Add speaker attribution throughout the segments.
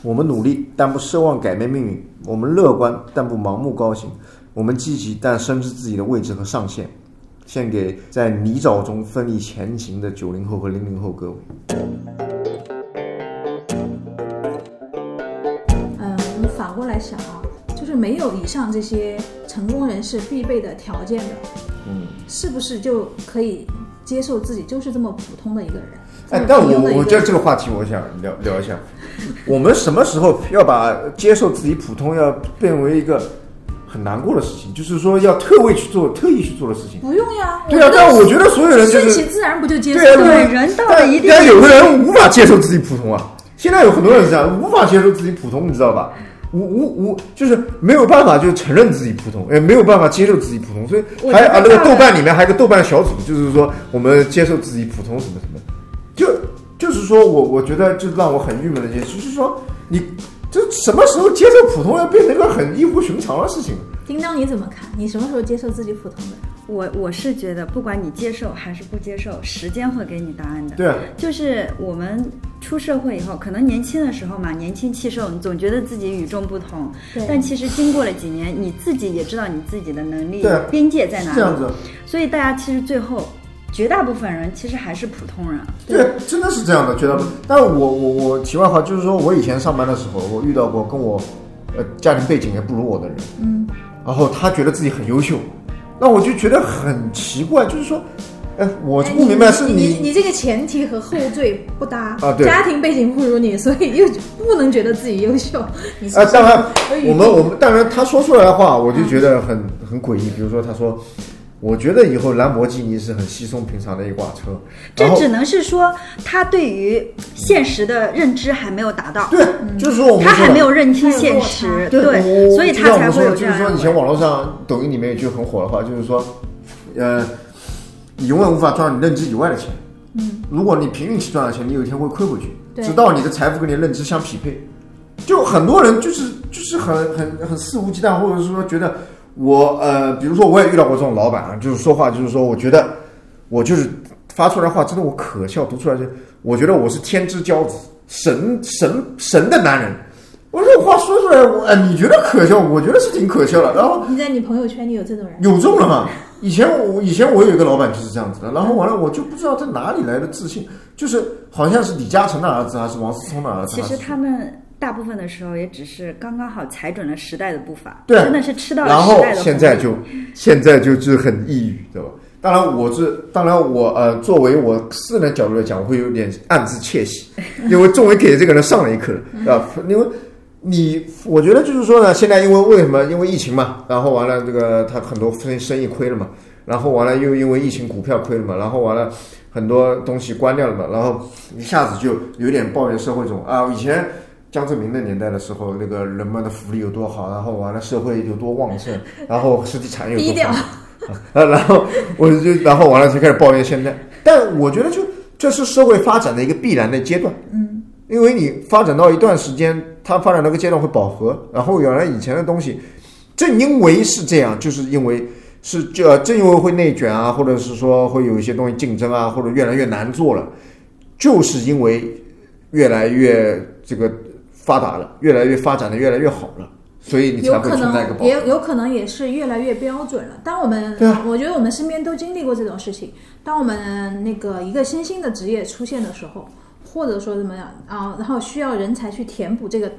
Speaker 1: 我们努力，但不奢望改变命运；我们乐观，但不盲目高兴；我们积极，但深知自己的位置和上限。献给在泥沼中奋力前行的九零后和零零后各位。
Speaker 2: 嗯，我们反过来想啊，就是没有以上这些成功人士必备的条件的，
Speaker 1: 嗯，
Speaker 2: 是不是就可以接受自己就是这么普通的一个人？
Speaker 1: 哎，
Speaker 2: 这
Speaker 1: 但
Speaker 2: 么平庸的
Speaker 1: 我
Speaker 2: 一个
Speaker 1: 我觉得这个话题，我想聊聊一下，我们什么时候要把接受自己普通要变为一个很难过的事情，就是说要特为去做、特意去做的事情。
Speaker 2: 不用呀。
Speaker 1: 对啊，
Speaker 2: 觉得
Speaker 1: 但我觉得所有人就
Speaker 2: 顺
Speaker 1: 是
Speaker 2: 其自然不就接受
Speaker 1: 对啊，啊
Speaker 2: 了？
Speaker 1: 我
Speaker 3: 人到了一定
Speaker 1: 但但
Speaker 3: 年纪
Speaker 1: 有的人无法接受自己普通啊。现在有很多人是这样，无法接受自己普通，你知道吧？无无无，就是没有办法，就是承认自己普通，也没有办法接受自己普通，所以
Speaker 3: 我
Speaker 1: 还
Speaker 3: 觉得
Speaker 1: 啊那个
Speaker 3: 大
Speaker 1: 豆瓣里面还有个豆瓣小组，就是说我们接受自己普通什么什么，就就是说我我觉得就让我很郁闷的一件事，就是说你这什么时候接受普通要变成一个很异乎寻常的事情？
Speaker 2: 叮当你怎么看？你什么时候接受自己普通的？
Speaker 3: 我我是觉得，不管你接受还是不接受，时间会给你答案的。
Speaker 1: 对啊，
Speaker 3: 就是我们出社会以后，可能年轻的时候嘛，年轻气盛，你总觉得自己与众不同
Speaker 2: 对。
Speaker 3: 但其实经过了几年，你自己也知道你自己的能力
Speaker 1: 对啊
Speaker 3: 边界在哪
Speaker 1: 是
Speaker 3: 里。
Speaker 1: 这样子。
Speaker 3: 所以大家其实最后，绝大部分人其实还是普通人。
Speaker 1: 对，真的是这样的，觉得。但我我我题外话就是说，我以前上班的时候，我遇到过跟我呃家庭背景也不如我的人，
Speaker 2: 嗯，
Speaker 1: 然后他觉得自己很优秀，那我就觉得很奇怪，就是说，哎，我不明白是
Speaker 2: 你你
Speaker 1: 你
Speaker 2: 你这个前提和后缀不搭
Speaker 1: 啊对
Speaker 2: 家庭背景不如你，所以又不能觉得自己优秀。你嗯是
Speaker 1: 啊，当然
Speaker 2: 和语，
Speaker 1: 我们我们当然他说出来的话，我就觉得很很诡异。比如说，他说，我觉得以后兰博基尼是很稀松平常的一挂车，
Speaker 3: 这
Speaker 1: 然后
Speaker 3: 只能是说，他对于现实的认知还没有达到，
Speaker 1: 对，就是说我们
Speaker 3: 他
Speaker 1: 说
Speaker 3: 还
Speaker 1: 的
Speaker 3: 没有认清现实，
Speaker 1: 对，
Speaker 3: 对，
Speaker 1: 我
Speaker 3: 所以
Speaker 1: 就
Speaker 3: 他
Speaker 1: 像
Speaker 3: 才
Speaker 1: 我
Speaker 3: 会
Speaker 1: 说
Speaker 3: 有
Speaker 1: 就
Speaker 3: 这
Speaker 1: 是
Speaker 3: 样
Speaker 1: 说，以
Speaker 3: 认
Speaker 1: 前
Speaker 3: 为。
Speaker 1: 网络上抖音里面有一句很火的话，就是说，呃，你永远无法赚到你认知以外的钱。嗯，如果你凭运气赚的钱，你有一天会亏回去，
Speaker 2: 对
Speaker 1: 直到你的财富跟你的认知相匹配。就很多人就是就是很很很肆无忌惮，或者是说觉得我呃，比如说我也遇到过这种老板啊，就是说话就是说，我觉得我就是发出来话，真的我可笑，读出来就我觉得我是天之骄子，神神神的男人。我这话说出来，我哎，你觉得可笑？我觉得是挺可笑的。然后
Speaker 2: 你在你朋友圈里有这种人？
Speaker 1: 有中了嘛？以前我以前我有一个老板就是这样子的，然后完了我就不知道他哪里来的自信，就是好像是李嘉诚的儿子还是王思聪的儿子，
Speaker 3: 其
Speaker 1: 还
Speaker 3: 实
Speaker 1: 是
Speaker 3: 他们大部分的时候也只是刚刚好踩准了时代的步伐，
Speaker 1: 对，
Speaker 3: 真的是吃到
Speaker 1: 然
Speaker 3: 了时
Speaker 1: 后
Speaker 3: 代的
Speaker 1: 现
Speaker 3: 红
Speaker 1: 在
Speaker 3: 利
Speaker 1: 就现在就是很抑郁，对吧？当然我是当然我呃作为我私人角度来讲，我会有点暗自窃喜，因为终于给这个人上了一课了，啊，因为。你我觉得就是说呢，现在因为为什么？因为疫情嘛，然后完了这个他很多生生意亏了嘛，然后完了又因为疫情股票亏了嘛，然后完了很多东西关掉了嘛，然后一下子就有点抱怨社会中啊，以前江泽民的年代的时候，那个人们的福利有多好，然后完了社会有多旺 盛，然后实体产业有
Speaker 2: 低
Speaker 1: 多
Speaker 2: 调
Speaker 1: 好。啊，然后我就然后完了就开始抱怨现在，但我觉得就这是社会发展的一个必然的阶段，嗯，因为你发展到一段时间，它发展到一个阶段会饱和，然后原来以前的东西，正因为是这样，就是因为是这正因为会内卷啊，或者是说会有一些东西竞争啊，或者越来越难做了，就是因为越来越这个发达了，越来越发展的越来越好了，所以你才
Speaker 2: 有
Speaker 1: 会
Speaker 2: 可
Speaker 1: 存在一个
Speaker 2: 能
Speaker 1: 饱和。
Speaker 2: 也有可能也是越来越标准了。当我们，
Speaker 1: 对啊
Speaker 2: 我觉得我们身边都经历过这种事情。当我们那个一个新兴的职业出现的时候，或者说怎么样啊，然后需要人才去填补这个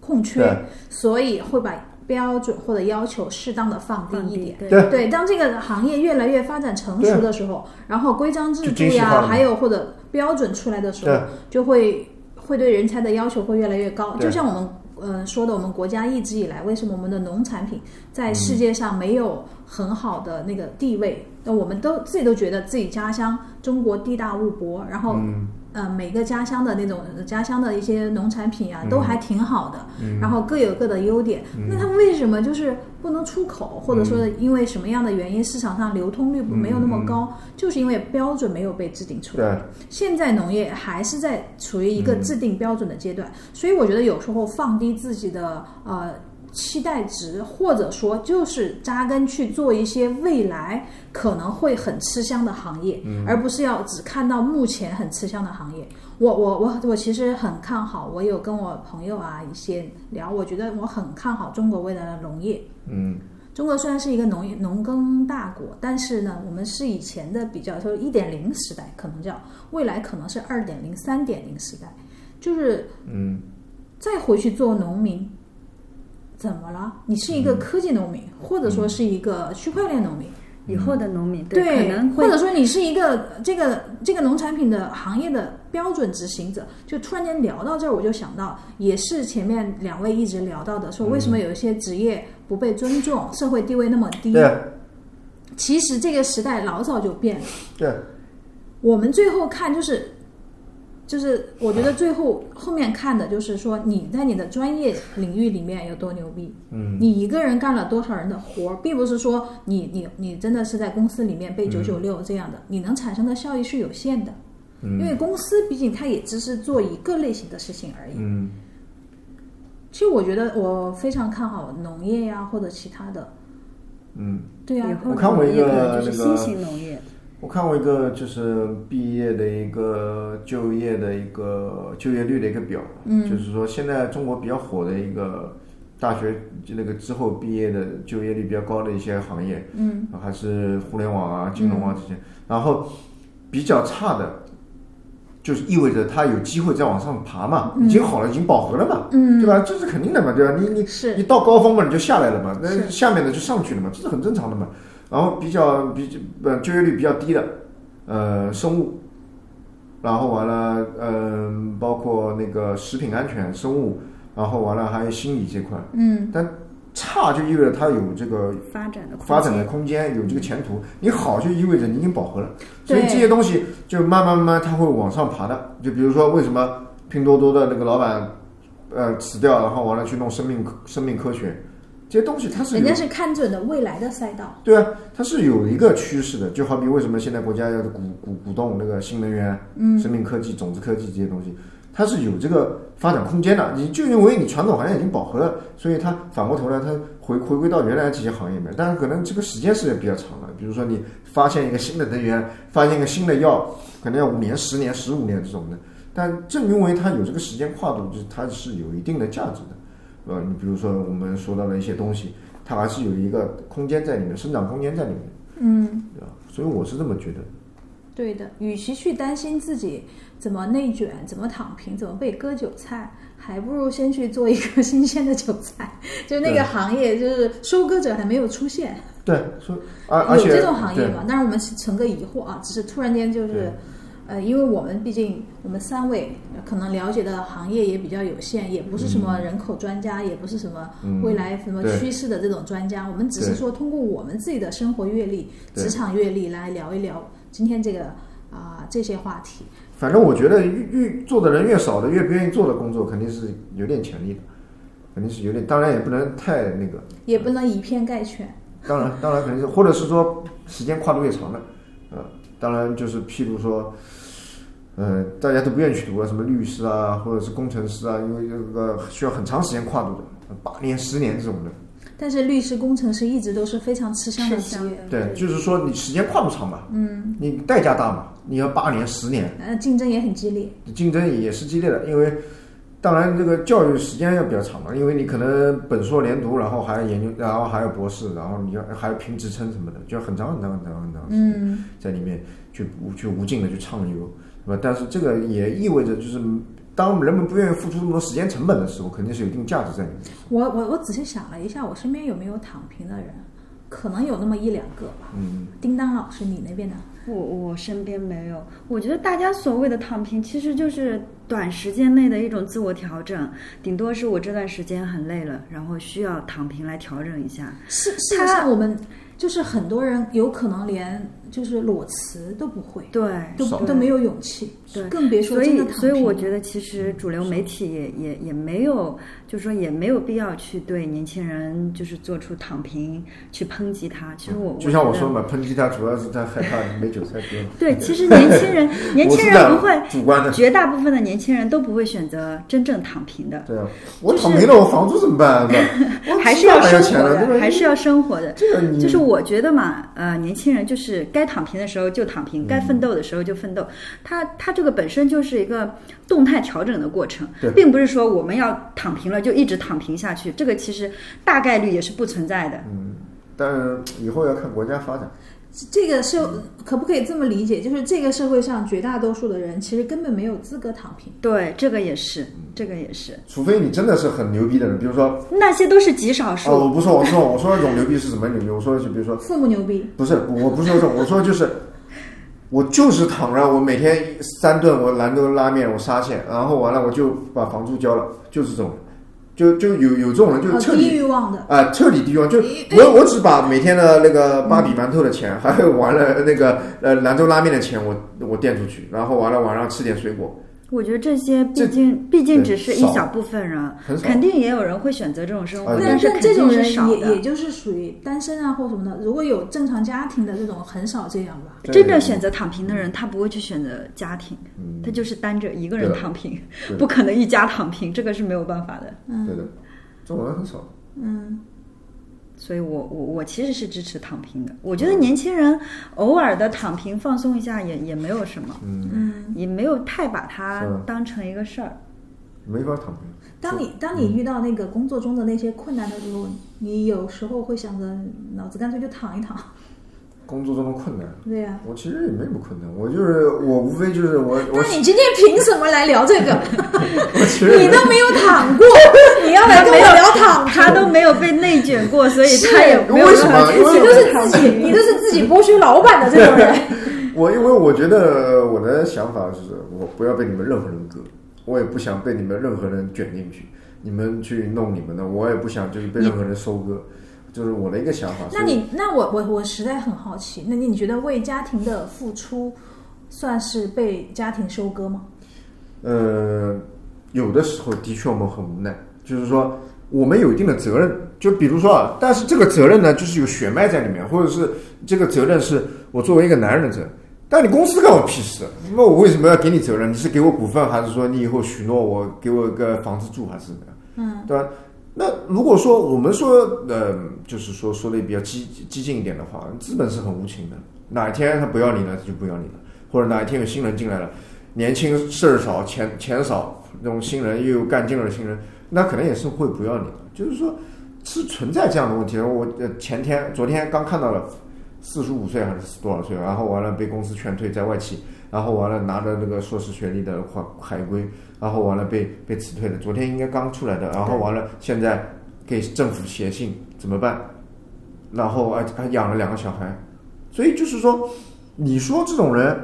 Speaker 2: 空缺
Speaker 1: 对，
Speaker 2: 所以会把标准或者要求适当的放低一点。
Speaker 3: 对
Speaker 1: 对
Speaker 2: 对，当这个行业越来越发展成熟的时候，然后规章制
Speaker 1: 就
Speaker 2: 度
Speaker 1: 精细化
Speaker 2: 呀，
Speaker 1: 了
Speaker 2: 还有或者标准出来的时候
Speaker 1: 对，
Speaker 2: 就会会对人才的要求会越来越高。
Speaker 1: 对
Speaker 2: 就像我们嗯、呃说的，我们国家一直以来为什么我们的农产品
Speaker 1: 嗯
Speaker 2: 在世界上没有很好的那个地位？那、我们都自己都觉得自己家乡中国地大物博，然后。
Speaker 1: 嗯
Speaker 2: 呃，每个家乡的那种家乡的一些农产品啊，都还挺好的，然后各有各的优点。那它为什么就是不能出口，或者说因为什么样的原因，市场上流通率不没有那么高，就是因为标准没有被制定出来。
Speaker 1: 对。
Speaker 2: 现在农业还是在处于一个制定标准的阶段，所以我觉得有时候放低自己的呃期待值，或者说就是扎根去做一些未来可能会很吃香的行业，而不是要只看到目前很吃香的行业。我我我我其实很看好，我有跟我朋友啊一些聊，我觉得我很看好中国未来的农业。
Speaker 1: 嗯
Speaker 2: 中国虽然是一个农业农耕大国，但是呢，我们是以前的比较说一点零时代，可能叫未来可能是二点零、三点零时代，就是
Speaker 1: 嗯
Speaker 2: 再回去做农民，怎么了？你是一个科技农民，或者说是一个区块链农民，
Speaker 3: 以后的农民
Speaker 2: 对，
Speaker 3: 嗯可能
Speaker 2: 或
Speaker 3: 会
Speaker 2: 者说你是一个这个这个农产品的行业的标准执行者。就突然间聊到这儿，我就想到，也是前面两位一直聊到的，说为
Speaker 1: 嗯
Speaker 2: 什么有一些职业不被尊重，社会地位那么低？
Speaker 1: 对啊
Speaker 2: 其实这个时代老早就变了。
Speaker 1: 对啊
Speaker 2: 我们最后看就是，就是我觉得最后后面看的就是说你在你的专业领域里面有多牛逼，
Speaker 1: 嗯
Speaker 2: 你一个人干了多少人的活儿，并不是说你你你真的是在公司里面被九九六这样的，你能产生的效益是有限的，因为
Speaker 1: 嗯
Speaker 2: 公司毕竟它也只是做一个类型的事情而已。
Speaker 1: 嗯
Speaker 2: 其实我觉得我非常看好农业呀、或者其他的，
Speaker 1: 嗯，
Speaker 2: 对啊
Speaker 3: 以
Speaker 2: 呀、
Speaker 3: 后
Speaker 1: 我看过一
Speaker 3: 农业可能
Speaker 1: 个
Speaker 3: 就是
Speaker 1: 那个
Speaker 3: 新型农业，
Speaker 1: 我看过一个就是毕业的一个就业的一个就业率的一个表，
Speaker 2: 嗯
Speaker 1: 就是说现在中国比较火的一个大学就那个之后毕业的就业率比较高的一些行业，
Speaker 2: 嗯，
Speaker 1: 还是互联网啊、金融啊这些，然后比较差的，就是意味着它有机会再往上爬嘛，已经好了，已经饱和了嘛，
Speaker 2: 嗯
Speaker 1: 对吧？这是肯定的嘛，对吧？你你你
Speaker 2: 是
Speaker 1: 到高峰了你就下来了嘛，那
Speaker 2: 是
Speaker 1: 下面的就上去了嘛，这是很正常的嘛。然后比较比较呃就业率比较低的，呃生物，然后完了嗯、包括那个食品安全、生物，然后完了还有心理这块，
Speaker 2: 嗯
Speaker 1: 差就意味着它有这个
Speaker 3: 发展的空间
Speaker 1: 发展的空间，有这个前途。你好就意味着你已经饱和了，所以
Speaker 2: 对
Speaker 1: 这些东西就慢慢慢慢它会往上爬的。就比如说为什么拼多多的那个老板呃辞掉，然后完了去弄生命科生命科学，这些东西它是
Speaker 2: 人
Speaker 1: 有
Speaker 2: 家是看准了未来的赛道，
Speaker 1: 对啊，它是有一个趋势的。就好比为什么现在国家要鼓鼓鼓动那个新能源、嗯、生命科技、种子科技这些东西，它是有这个发展空间的。你就因为你传统行业已经饱和了，所以它反过头来它回回归到原来这些行业里面。但是可能这个时间是比较长的，比如说你发现一个新的能源，发现一个新的药，可能要五年、十年、十五年这种的。但正因为它有这个时间跨度，就是它是有一定的价值的。呃，你比如说我们说到的一些东西，它还是有一个空间在里面，生长空间在里面，
Speaker 2: 嗯。
Speaker 1: 对吧？所以我是这么觉得。
Speaker 2: 对的，与其去担心自己怎么内卷、怎么躺平、怎么被割韭菜，还不如先去做一个新鲜的韭菜。就那
Speaker 1: 对
Speaker 2: 个行业，就是收割者还没有出现，
Speaker 1: 对，所以而而且
Speaker 2: 有这种行业
Speaker 1: 对
Speaker 2: 吗？当然，我们是存个疑惑啊，只是突然间就是
Speaker 1: 对，
Speaker 2: 呃，因为我们毕竟我们三位呃可能了解的行业也比较有限，也不是什么人口专家，也不是什么
Speaker 1: 嗯
Speaker 2: 未来什么
Speaker 1: 对
Speaker 2: 趋势的这种专家，我们只是
Speaker 1: 对
Speaker 2: 说通过我们自己的生活阅历、
Speaker 1: 对
Speaker 2: 职场阅历来聊一聊今天这个啊、这些话题。
Speaker 1: 反正我觉得越越做的人越少的，越不愿意做的工作，肯定是有点潜力的，肯定是有点。当然也不能太那个，
Speaker 2: 也不能以偏概全。
Speaker 1: 当然当然肯定是，或者是说时间跨度越长的，呃，当然就是譬如说。呃，大家都不愿意去读了，什么律师啊，或者是工程师啊，因为这个需要很长时间跨度的，八年、十年这种的。
Speaker 2: 但是律师、工程师一直都是非常吃香的
Speaker 3: 吃
Speaker 2: 职
Speaker 3: 香
Speaker 2: 业，
Speaker 3: 的
Speaker 1: 对，就是说你时间跨度长嘛，嗯，你代价大嘛，你要八年、十年，
Speaker 2: 呃，竞争也很激烈。
Speaker 1: 竞争也是激烈的，因为当然这个教育时间要比较长嘛，因为你可能本硕连读，然后还要研究，然后还有博士，然后你要还要评职称什么的，就很长很长很长很长时间
Speaker 2: 嗯，
Speaker 1: 在里面去无去无尽的去畅游，对吧？但是这个也意味着就是。当人们不愿意付出这么多时间成本的时候，肯定是有一定价值在里面。
Speaker 2: 我我我仔细想了一下，我身边有没有躺平的人，可能有那么一两个吧。
Speaker 1: 嗯，
Speaker 2: 叮当老师，你那边呢？
Speaker 3: 我我身边没有，我觉得大家所谓的躺平，其实就是短时间内的一种自我调整，顶多是我这段时间很累了，然后需要躺平来调整一下。
Speaker 2: 事事实上，我们就是很多人有可能连就是裸辞都不会，
Speaker 3: 对，
Speaker 2: 都
Speaker 1: 少
Speaker 2: 都没有勇气，
Speaker 3: 对
Speaker 2: 更别说
Speaker 3: 所
Speaker 2: 真的
Speaker 3: 以
Speaker 2: 躺平。嗯
Speaker 3: 所以我觉得其实主流媒体也也也没有，就说也没有必要去对年轻人就是做出躺平去抨击他。其实我
Speaker 1: 嗯就像我
Speaker 3: 觉得
Speaker 1: 说嘛，抨击他主要是他害怕没韭菜割。
Speaker 3: 对，其实年轻人年轻人不会
Speaker 1: 我是这样，主观的，嗯
Speaker 3: 绝大部分的年轻人都不会选择真正躺平的。
Speaker 1: 对啊，我躺平了，我房租怎么办？对吧我
Speaker 3: 还是
Speaker 1: 吃饭
Speaker 3: 要
Speaker 1: 还要
Speaker 3: 生
Speaker 1: 钱
Speaker 3: 活
Speaker 1: 了，对
Speaker 3: 的，
Speaker 1: 吧？
Speaker 3: 还是要生活的。
Speaker 1: 这个你
Speaker 3: 就是我觉得嘛，呃，年轻人就是该躺平的时候就躺平，该奋斗的时候就奋斗。他他这个本身就是一个动态调整的过程
Speaker 1: 对，
Speaker 3: 并不是说我们要躺平了就一直躺平下去，这个其实大概率也是不存在的。
Speaker 1: 但以后要看国家发展。
Speaker 2: 这个是可不可以这么理解？就是这个社会上绝大多数的人其实根本没有资格躺平。
Speaker 3: 对，这个也是，这个也是，
Speaker 1: 除非你真的是很牛逼的人，比如说，
Speaker 3: 那些啊都是极少数。
Speaker 1: 哦，我不说，我说， 我说那种牛逼是什么牛逼？我说的是，比如说，
Speaker 2: 父母牛逼，
Speaker 1: 不是，我不是说这种，我说就是，我就是躺着，我每天三顿我兰州拉面，我沙县，然后完了我就把房租交了，就是这种，就就有有这种人就
Speaker 2: 哦，
Speaker 1: 彻
Speaker 2: 低
Speaker 1: 底
Speaker 2: 欲望的，
Speaker 1: 啊、彻底低望，就我我只把每天的那个芭比馒头的钱，还有完了那个呃兰州拉面的钱我，我垫出去，然后完了晚上吃点水果，
Speaker 3: 我觉得这些毕
Speaker 1: 这
Speaker 3: 竟毕竟
Speaker 1: 对
Speaker 3: 只是一
Speaker 1: 少
Speaker 3: 小部分人
Speaker 1: 很，少
Speaker 3: 肯定也有人会选择这种生活，
Speaker 1: 啊
Speaker 2: 那
Speaker 1: 对
Speaker 3: 但是
Speaker 2: 那
Speaker 3: 肯
Speaker 2: 呃这种
Speaker 3: 定是
Speaker 2: 人
Speaker 3: 少
Speaker 2: 也
Speaker 3: 的
Speaker 2: 也。就是属于单身啊或什么的。如果有正常家庭的这种，很少这样吧。
Speaker 3: 真正选择躺平的人，他不会去选择家庭，
Speaker 1: 嗯
Speaker 3: 他就是单着一个人
Speaker 1: 对的
Speaker 3: 躺平
Speaker 1: 对，的
Speaker 3: 不可能一家躺平，这个是没有办法的。
Speaker 2: 嗯
Speaker 1: 对的，这种人很少。
Speaker 3: 所以我我我其实是支持躺平的。我觉得年轻人偶尔的躺平放松一下也也没有什么，嗯，也没有太把它
Speaker 1: 是
Speaker 3: 当成一个事儿。
Speaker 1: 没法躺平。
Speaker 2: 当你当你遇到那个工作中的那些困难的时候，你有时候会想着脑子干脆就躺一躺。
Speaker 1: 工作中的困难，
Speaker 2: 对呀、
Speaker 1: 我其实也没什么困难，我就是我无非就是我我
Speaker 2: 那你今天凭什么来聊这个？
Speaker 1: 我其实也
Speaker 2: 你
Speaker 1: 没
Speaker 2: 都没有躺 过，你要来跟我聊躺着，
Speaker 3: 他都没有被内卷过，所以
Speaker 2: 是
Speaker 3: 他也没有
Speaker 1: 为什么
Speaker 3: 办法
Speaker 1: 因为
Speaker 2: 你都是自己，你都是自己剥削老板的这种人。
Speaker 1: 我因为我觉得我的想法就是我不要被你们任何人割，我也不想被你们任何人卷进去，你们去弄你们的，我也不想就是被任何人收割，就是我的一个想法。
Speaker 2: 那
Speaker 1: 所以
Speaker 2: 你那我我我实在很好奇，那你你觉得为家庭的付出算是被家庭收割吗？
Speaker 1: 呃，有的时候的确我们很无奈，就是说我们有一定的责任，就比如说啊，但是这个责任呢，就是有血脉在里面，或者是这个责任是我作为一个男人的责任。但你公司干我屁事？那我为什么要给你责任？你是给我股份，还是说你以后许诺我给我一个房子住，还是怎么样？嗯，对吧？那如果说我们说，呃，就是说说的比较激激进一点的话，资本是很无情的。哪一天他不要你了，他就不要你了；或者哪一天有新人进来了，年轻事儿少，钱钱少，那种新人又有干劲儿的新人，那可能也是会不要你的。就是说，是存在这样的问题的。我呃前天、昨天刚看到了，四十五岁还是多少岁，然后完了被公司劝退，在外企，然后完了拿着那个硕士学历的海海归，然后完了被被辞退的。昨天应该刚出来的，然后完了现在给政府写信怎么办？然后还还养了两个小孩，所以就是说，你说这种人。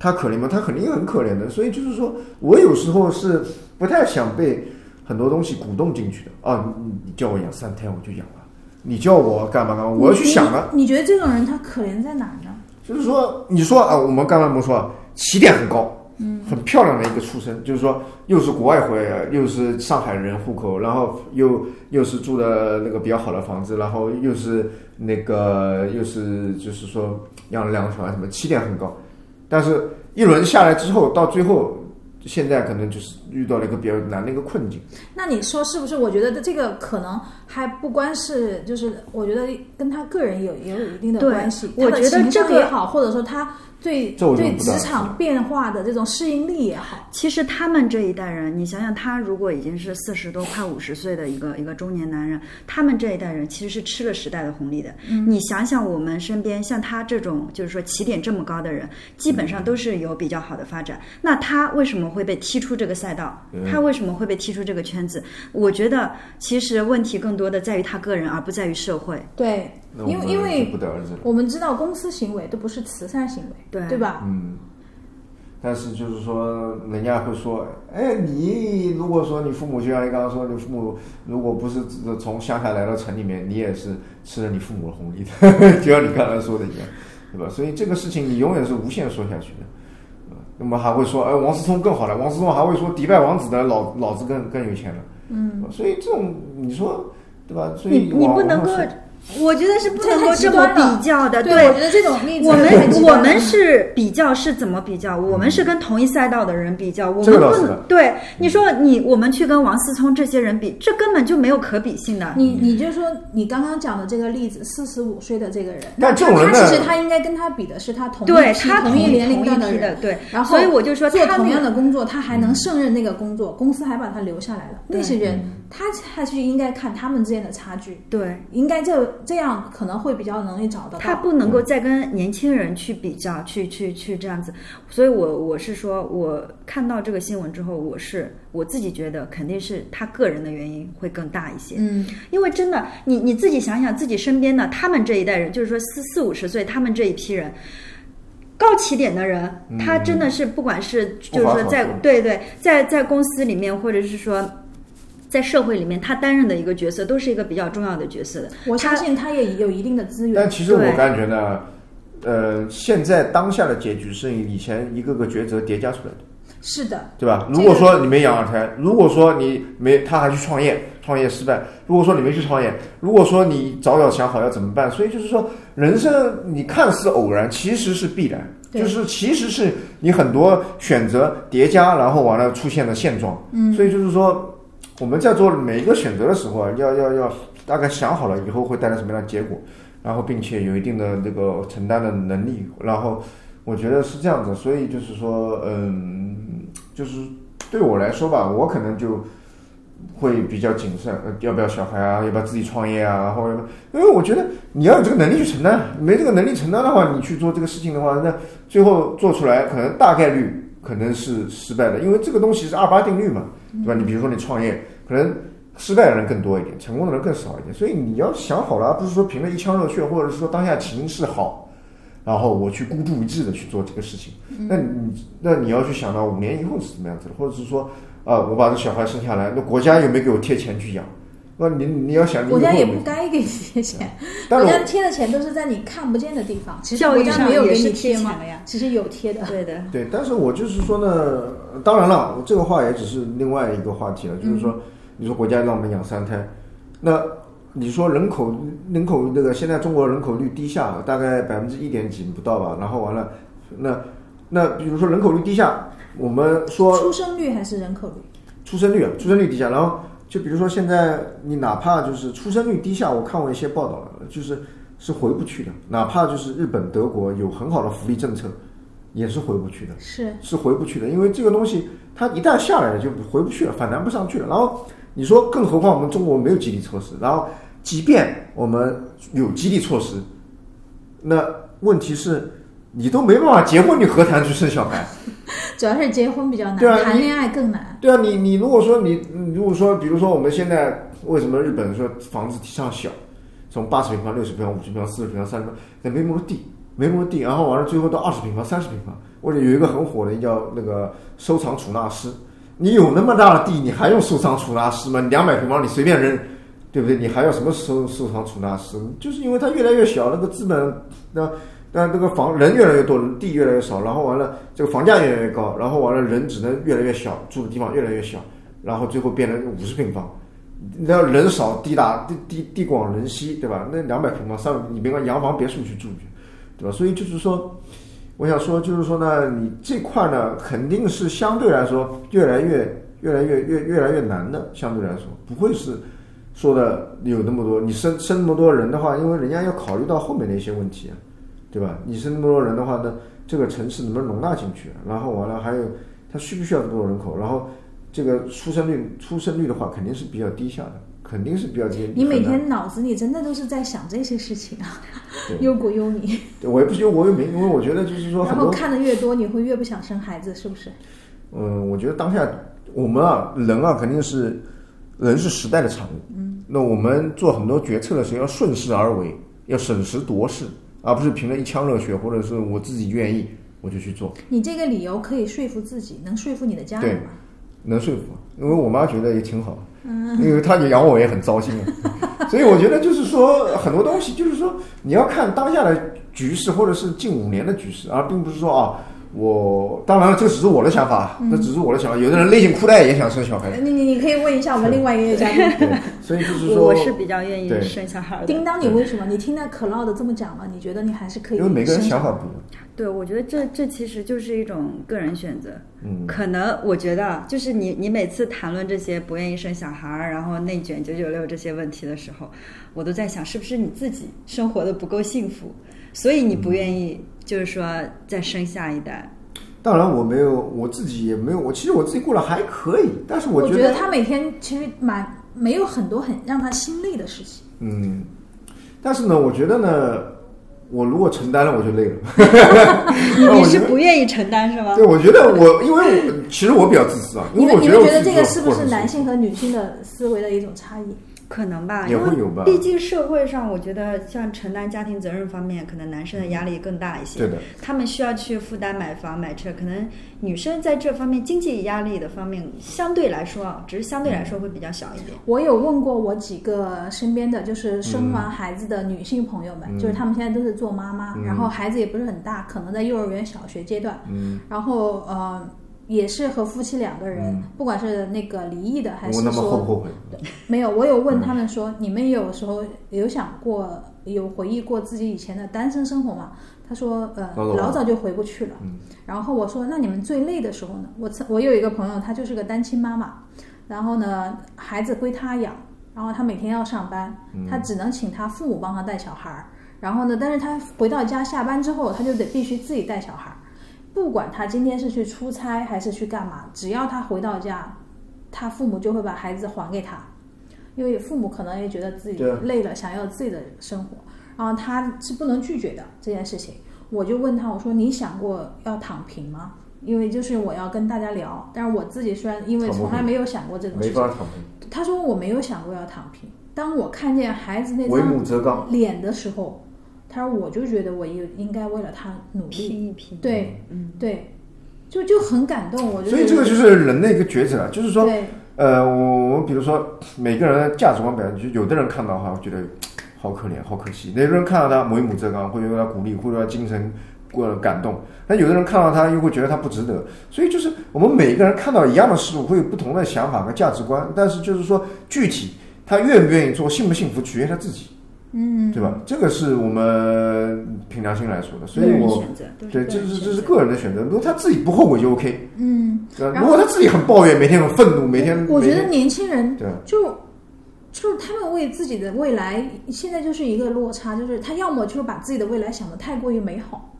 Speaker 1: 他可怜吗？他肯定很可怜的。所以就是说，我有时候是不太想被很多东西鼓动进去的啊。你你叫我养三胎，我就养了；你叫我干嘛干嘛，我要去想啊。
Speaker 2: 你。你觉得这种人他可怜在哪儿呢？
Speaker 1: 就是说，你说啊，我们刚才不是说啊起点很高，嗯，很漂亮的一个出身，就是说又是国外回来的，又是上海人户口，然后又又是住的那个比较好的房子，然后又是那个又是就是说养了两个小孩，什么起点很高，但是一轮下来之后，到最后现在可能就是遇到了一个比较难的一个困境。
Speaker 2: 那你说是不是？我觉得这个可能还不光是，就是我觉得跟他个人有也有一定的
Speaker 3: 对
Speaker 2: 关系。
Speaker 3: 我
Speaker 2: 他的
Speaker 3: 觉得
Speaker 2: 情
Speaker 3: 这
Speaker 2: 商
Speaker 3: 个
Speaker 2: 也好，或者说他对
Speaker 1: 这我就
Speaker 2: 对
Speaker 1: 不
Speaker 2: 职
Speaker 1: 大知
Speaker 2: 场
Speaker 1: 道
Speaker 2: 变化的这种适应力也好，
Speaker 3: 其实他们这一代人，你想想，他如果已经是四十多、快五十岁的一个一个中年男人，他们这一代人其实是吃了时代的红利的。
Speaker 2: 嗯
Speaker 3: 你想想，我们身边像他这种，就是说起点这么高的人，基本上都是有比较好的发展。那他为什么会被踢出这个赛道？他为什么会被踢出这个圈子？我觉得，其实问题更多的在于他个人，而不在于社会。
Speaker 2: 对
Speaker 1: 那，我
Speaker 2: 因为
Speaker 1: 们
Speaker 2: 因
Speaker 1: 就
Speaker 2: 为
Speaker 1: 不得而知了。
Speaker 2: 我们知道公司行为都不是慈善行为，
Speaker 3: 对
Speaker 2: 对吧？
Speaker 1: 嗯，但是就是说，人家会说，哎，你如果说你父母就像你刚刚说，你父母如果不是从乡下来到城里面，你也是吃了你父母的红利 的，就像你刚才说的一样，对吧？所以这个事情你永远是无限说下去的。呃那么还会说，哎，王思聪更好了，王思聪还会说迪拜王子的老老子更更有钱了，嗯，所以这种你说对吧？所
Speaker 3: 你
Speaker 1: 以
Speaker 3: 你
Speaker 1: 网
Speaker 3: 不能
Speaker 1: 网
Speaker 3: 够
Speaker 1: 上说，
Speaker 3: 我觉得是不能
Speaker 2: 这
Speaker 3: 够
Speaker 2: 太极
Speaker 3: 这么
Speaker 2: 端了
Speaker 3: 比较的，
Speaker 2: 对，我觉得这种例子
Speaker 3: 我
Speaker 2: 太极
Speaker 3: 们我
Speaker 2: 端了
Speaker 3: 们是比较是怎么比较？我们是跟同一赛道的人比较，我
Speaker 1: 这个
Speaker 3: 们
Speaker 1: 倒
Speaker 3: 不
Speaker 1: 是
Speaker 3: 能对你说你我们去跟王思聪这些人比，这根本就没有可比性的。
Speaker 2: 你你就说你刚刚讲的这个例子，四十五岁的这个人，
Speaker 1: 但这种人
Speaker 2: 他
Speaker 1: 呢
Speaker 2: 其实他应该跟他比的是他同一
Speaker 3: 对
Speaker 2: 批
Speaker 3: 他
Speaker 2: 同
Speaker 3: 同
Speaker 2: 一年龄
Speaker 3: 同一
Speaker 2: 段的
Speaker 3: 批
Speaker 2: 人，
Speaker 3: 的对
Speaker 2: 然后
Speaker 3: 所以我就说
Speaker 2: 做
Speaker 3: 他
Speaker 2: 同
Speaker 3: 那
Speaker 2: 样的工作，他还
Speaker 1: 嗯
Speaker 2: 能胜任那个工作，公司还把他留下来了。那些人，他还是应该看他们之间的差距，
Speaker 3: 对
Speaker 2: 应该这这样可能会比较容易找得
Speaker 3: 他
Speaker 2: 到。
Speaker 3: 不能够再跟年轻人去比较，去去去这样子。所以我我是说，我看到这个新闻之后，我是我自己觉得肯定是他个人的原因会更大一些。
Speaker 2: 嗯，
Speaker 3: 因为真的，你你自己想想自己身边的他们这一代人，就是说四四五十岁，他们这一批人。高起点的人，他真的是不管是就是
Speaker 1: 不
Speaker 3: 说
Speaker 1: 法所
Speaker 3: 在
Speaker 1: 得
Speaker 3: 对对在在公司里面，或者是说在社会里面，他担任的一个角色都是一个比较重要的角色的。
Speaker 2: 我
Speaker 3: 他
Speaker 2: 相信他也有一定的资源
Speaker 1: 但。其实我
Speaker 3: 对
Speaker 1: 感觉呢，呃，现在当下的结局是以前一个个抉择叠加出来的，
Speaker 2: 是的，
Speaker 1: 对吧？
Speaker 2: 这个
Speaker 1: 如果说你没养二胎，如果说你没，他还去创业，创业失败；如果说你没去创业，如果说你早早想好要怎么办，所以就是说，人生你看似偶然，其实是必然，
Speaker 2: 对
Speaker 1: 就是其实是你很多选择叠加，然后完了出现的现状。嗯，所以就是说，我们在做每一个选择的时候啊，要要要大概想好了以后会带来什么样的结果，然后并且有一定的这个承担的能力，然后我觉得是这样子，所以就是说，嗯，就是对我来说吧，我可能就会比较谨慎，呃要不要小孩啊，要不要自己创业啊，或者因为我觉得你要有这个能力去承担，没这个能力承担的话，你去做这个事情的话，那最后做出来可能大概率可能是失败的，因为这个东西是二八定律嘛，
Speaker 2: 嗯
Speaker 1: 对吧？你比如说你创业，可能失败的人更多一点，成功的人更少一点，所以你要想好了，而不是说凭了一腔热血，或者是说当下情势好，然后我去孤注一掷的去做这个事情。
Speaker 2: 嗯
Speaker 1: 那你那你要去想到五年以后是怎么样子的，或者是说啊、我把这小孩生下来，那国家有没有给我贴钱去养？那你你要想，你以
Speaker 2: 国
Speaker 1: 后
Speaker 2: 家也
Speaker 1: 有没有
Speaker 2: 不该给你贴钱，
Speaker 1: 但
Speaker 2: 国
Speaker 1: 是
Speaker 2: 家
Speaker 1: 我
Speaker 2: 贴的钱都是在你看不见的地方，其实
Speaker 3: 教
Speaker 2: 国
Speaker 3: 育
Speaker 2: 家
Speaker 3: 上
Speaker 2: 没有
Speaker 3: 也
Speaker 2: 给
Speaker 3: 是
Speaker 2: 你
Speaker 3: 贴
Speaker 2: 贴
Speaker 3: 钱
Speaker 2: 嘛
Speaker 3: 的呀，
Speaker 2: 其实有贴的。
Speaker 3: 对的，
Speaker 1: 对，但是我就是说呢，当然了，我这个话也只是另外一个话题了，就是说，你说国家让我们养三胎，那你说人口人口那个现在中国人口率低下，大概百分之一点几不到吧，然后完了，那那比如说人口率低下，我们说
Speaker 2: 出生率还是人口率？
Speaker 1: 出生率，啊出生率低下。然后就比如说现在你哪怕就是出生率低下，我看过一些报道了，就是是回不去的。哪怕就是日本、德国有很好的福利政策，也是回不去的，
Speaker 2: 是
Speaker 1: 是回不去的。因为这个东西它一旦下来了就回不去了，反弹不上去了。然后你说，更何况我们中国没有激励措施，然后即便我们有激励措施，那问题是。你都没办法结婚，你何谈去生小孩？
Speaker 2: 主要是结婚比较难，
Speaker 1: 对啊
Speaker 2: 谈
Speaker 1: 你
Speaker 2: 恋爱更难。
Speaker 1: 对啊，你你如果说你你如果说，比如说我们现在为什么日本说房子提倡小，从八十平方、六十平方、五十平方、四十平方、三十平方，那没那么多地，没那么多地，然后完了最后到二十平方、三十平方，或者有一个很火的叫那个收藏储纳师，你有那么大的地，你还用收藏储纳师吗？你两百平方你随便扔，对不对？你还要什么收收藏储纳师？就是因为它越来越小，那个资本那。那那个房人越来越多，地越来越少，然后完了这个房价越来越高，然后完了人只能越来越小，住的地方越来越小，然后最后变成五十平方。那人少地大地地地广人稀，对吧？那两百平方、三百，你别管洋房别墅去住去，对吧？所以就是说，我想说就是说呢，你这块呢肯定是相对来说越来越越来越越越来越难的，相对来说不会是说的有那么多，你生生那么多人的话，因为人家要考虑到后面的一些问题啊，对吧？你生那么多人的话呢，这个城市能不能容纳进去？然后完了还有它需不需要这么多人口？然后这个出生率出生率的话，肯定是比较低下的，肯定是比较低。
Speaker 2: 你每
Speaker 1: 很难
Speaker 2: 天脑子里真的都是在想这些事情啊
Speaker 1: 对，
Speaker 2: 忧国忧民，
Speaker 1: 对我也不觉得我有名，因为我觉得就是说
Speaker 2: 然
Speaker 1: 很
Speaker 2: 后
Speaker 1: 多，
Speaker 2: 看的越多，你会越不想生孩子，是不是？
Speaker 1: 嗯，我觉得当下我们啊人啊肯定是人是时代的产物，嗯，那我们做很多决策的时候要顺势而为，要审时度势，而不是凭着一腔热血或者是我自己愿意我就去做。
Speaker 2: 你这个理由可以说服自己，能说服你的家人吗？
Speaker 1: 能说服，因为我妈觉得也挺好，嗯，因为她养我也很糟心啊，所以我觉得就是说很多东西，就是说你要看当下的局势，或者是近五年的局势，而并不是说啊，我当然了，这只是我的想法，这只是我的想法。有的人勒紧裤带也想生小孩，
Speaker 2: 你你你可以问一下我们另外一个嘉宾，
Speaker 1: 对，所以就是
Speaker 3: 我
Speaker 1: 说
Speaker 3: 我，是比较愿意
Speaker 1: 对
Speaker 3: 生小孩的。
Speaker 2: 叮当，你为什么？你听到 Cloud 这么讲了，你觉得你还是可以？
Speaker 1: 因为每个人想法不一样。
Speaker 3: 对，我觉得这这其实就是一种个人选择。嗯，可能我觉得啊就是你你每次谈论这些不愿意生小孩儿，然后内卷九九六这些问题的时候，我都在想，是不是你自己生活的不够幸福，所以你
Speaker 1: 嗯
Speaker 3: 不愿意，就是说再生下一代。
Speaker 1: 当然，我没有，我自己也没有，我其实我自己过得还可以，但是
Speaker 2: 我
Speaker 1: 觉
Speaker 2: 觉得他每天其实蛮没有很多很让他心累的事情。
Speaker 1: 嗯，但是呢，我觉得呢，我如果承担了，我就累 了。
Speaker 3: 你
Speaker 1: 哦我
Speaker 3: 你
Speaker 1: 觉
Speaker 3: 是
Speaker 1: 得
Speaker 3: 不愿意承担是吗
Speaker 1: 对，？我觉得我，因为我 其实我比较自私啊，
Speaker 2: 你
Speaker 1: 因为
Speaker 2: 们
Speaker 1: 我
Speaker 2: 你
Speaker 1: 得
Speaker 2: 们
Speaker 1: 我
Speaker 2: 觉得
Speaker 1: 自
Speaker 2: 这
Speaker 1: 己
Speaker 2: 个
Speaker 1: 做
Speaker 2: 是不
Speaker 1: 过
Speaker 2: 是
Speaker 1: 很多
Speaker 2: 男
Speaker 1: 事情
Speaker 2: 性和女性的思维的一种差异？
Speaker 3: 可能吧，
Speaker 1: 也
Speaker 3: 因
Speaker 1: 会
Speaker 3: 为
Speaker 1: 有吧
Speaker 3: 毕竟社会上，我觉得像承担家庭责任方面，可能男生的压力更大一些。
Speaker 1: 对的，
Speaker 3: 他们需要去负担买房买车，可能女生在这方面经济压力的方面，相对来说啊，只是相对来说会比较小一点。
Speaker 2: 我有问过我几个身边的就是生完孩子的女性朋友们，
Speaker 1: 嗯
Speaker 2: 就是她们现在都是做妈妈，然后孩子也不是很大，可能在幼儿园、小学阶段，
Speaker 1: 嗯
Speaker 2: 然后呃也是和夫妻两个人，不管是那个离异的还是
Speaker 1: 我
Speaker 2: 说
Speaker 1: 嗯那么后后悔，
Speaker 2: 没有，我有
Speaker 1: 嗯
Speaker 2: 问他们说，你们有时候有想过有回忆过自己以前的单身生活吗？他说，呃，
Speaker 1: 老早嗯
Speaker 2: 老早就回不去了。然后我说，那你们最累的时候呢？我曾我有一个朋友，她就是个单亲妈妈，然后呢，孩子归她养，然后她每天要上班，
Speaker 1: 嗯
Speaker 2: 她只能请她父母帮她带小孩儿。然后呢，但是她回到家下班之后，她就得必须自己带小孩儿。不管她今天是去出差还是去干嘛，只要她回到家，她父母就会把孩子还给她。因为父母可能也觉得自己
Speaker 1: 对啊
Speaker 2: 累了，想要自己的生活，然后他是不能拒绝的这件事情。我就问他，我说你想过要躺平吗？因为就是我要跟大家聊，但是我自己虽然因为
Speaker 1: 躺不
Speaker 2: 从来
Speaker 1: 平
Speaker 2: 没有想过这种
Speaker 1: 没
Speaker 2: 事
Speaker 1: 法
Speaker 2: 情，
Speaker 1: 躺平，
Speaker 2: 他说我没有想过要躺平。当我看见孩子那
Speaker 1: 为母
Speaker 2: 张
Speaker 1: 则刚。
Speaker 2: 脸的时候，他说我就觉得我应应该为了他
Speaker 1: 嗯
Speaker 2: 努力，
Speaker 3: 拼一拼，
Speaker 2: 对
Speaker 3: 嗯，
Speaker 2: 对，就就很感动。我就
Speaker 1: 所以
Speaker 2: 觉
Speaker 1: 这
Speaker 2: 得
Speaker 1: 个就是人的一个抉择啊，就是说，
Speaker 2: 对
Speaker 1: 呃，我我比如说每个人的价值观表现，就有的人看到哈，觉得好可怜，好可惜；有的人看到他为母则刚，会对他鼓励，或者精神过感动；那有的人看到他又会觉得他不值得。所以就是我们每个人看到一样的事物，会有不同的想法和价值观，但是就是说具体他愿不愿意做，幸不幸福，取决于他自己。嗯，对吧？这个是我们凭良心来说的，所以
Speaker 3: 个人
Speaker 1: 我
Speaker 3: 选择，都
Speaker 1: 对，
Speaker 3: 个
Speaker 1: 这
Speaker 3: 人
Speaker 1: 是
Speaker 3: 选
Speaker 1: 这是
Speaker 3: 择
Speaker 1: 个人的选择。如果他自己不后悔就 OK，
Speaker 2: 嗯，
Speaker 1: 对吧
Speaker 2: 然
Speaker 1: 如
Speaker 2: 后
Speaker 1: 果他自己很抱怨，每天很愤怒，每天
Speaker 2: 我觉得
Speaker 1: 每天
Speaker 2: 年轻人
Speaker 1: 对
Speaker 2: 就就是他们为自己的未来现在就是一个落差，就是他要么就是把自己的未来想的太过于美好，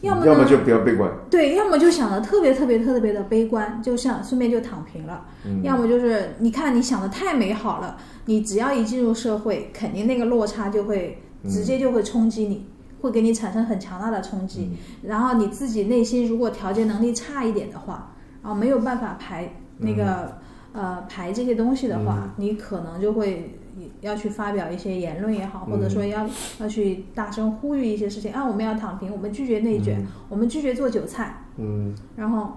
Speaker 2: 么呢
Speaker 1: 要么就不要悲观，
Speaker 2: 对，要么就想的特别特别特别的悲观，就像顺便就躺平了；
Speaker 1: 嗯
Speaker 2: 要么就是你看你想的太美好了，你只要一进入社会，肯定那个落差就会直接就会冲击你。会给你产生很强大的冲击，然后你自己内心如果调节能力差一点的话，然后没有办法排那
Speaker 3: 嗯
Speaker 2: 个、呃排这些东西的话，你可能就会要去发表一些言论也好，
Speaker 3: 嗯
Speaker 2: 或者说要、要去大声呼吁一些事情啊，我们要躺平，我们拒绝内
Speaker 3: 嗯
Speaker 2: 卷，我们拒绝做韭菜，
Speaker 1: 嗯，
Speaker 2: 然后。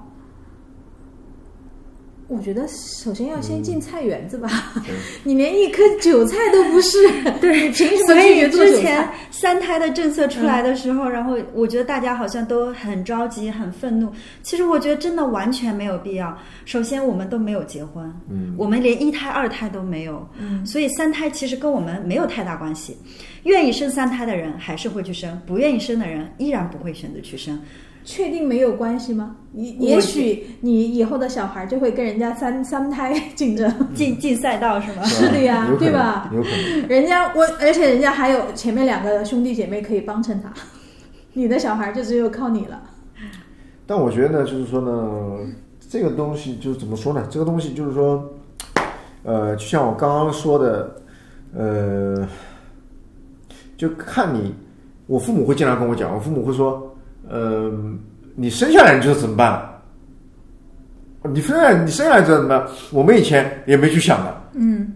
Speaker 2: 我觉得首先要先进菜园子吧，
Speaker 3: 嗯
Speaker 2: 你连一颗韭菜都不 是， 对，凭什么
Speaker 3: 所
Speaker 2: 拒
Speaker 3: 以
Speaker 2: 绝做
Speaker 3: 之
Speaker 2: 韭
Speaker 3: 前
Speaker 2: 菜？
Speaker 3: 三胎的政策出来的时候，然后我觉得大家好像都很着急、很愤怒。其实我觉得真的完全没有必要。首先，我们都没有结婚，嗯，我们连一胎、二胎都没有，嗯，所以三胎其实跟我们没有太大关系。愿意生三胎的人还是会去生，不愿意生的人依然不会选择去生。
Speaker 2: 确定没有关系吗？也
Speaker 3: 我
Speaker 2: 也许你以后的小孩就会跟人家三三胎竞争，
Speaker 3: 进进赛道是吗？
Speaker 2: 是啊的呀
Speaker 1: 啊有可能
Speaker 2: 对吧
Speaker 1: 有可能，
Speaker 2: 人家我，而且人家还有前面两个兄弟姐妹可以帮衬他， 你的小孩就只有靠你了。
Speaker 1: 但我觉得呢，就是说呢，这个东西就是怎么说呢？这个东西就是说，呃，就像我刚刚说的，呃，就看你，我父母会经常跟我讲，我父母会说，嗯、你生下来你就怎么办了？你生下来你生下来就怎么办？我们以前也没去想的，嗯，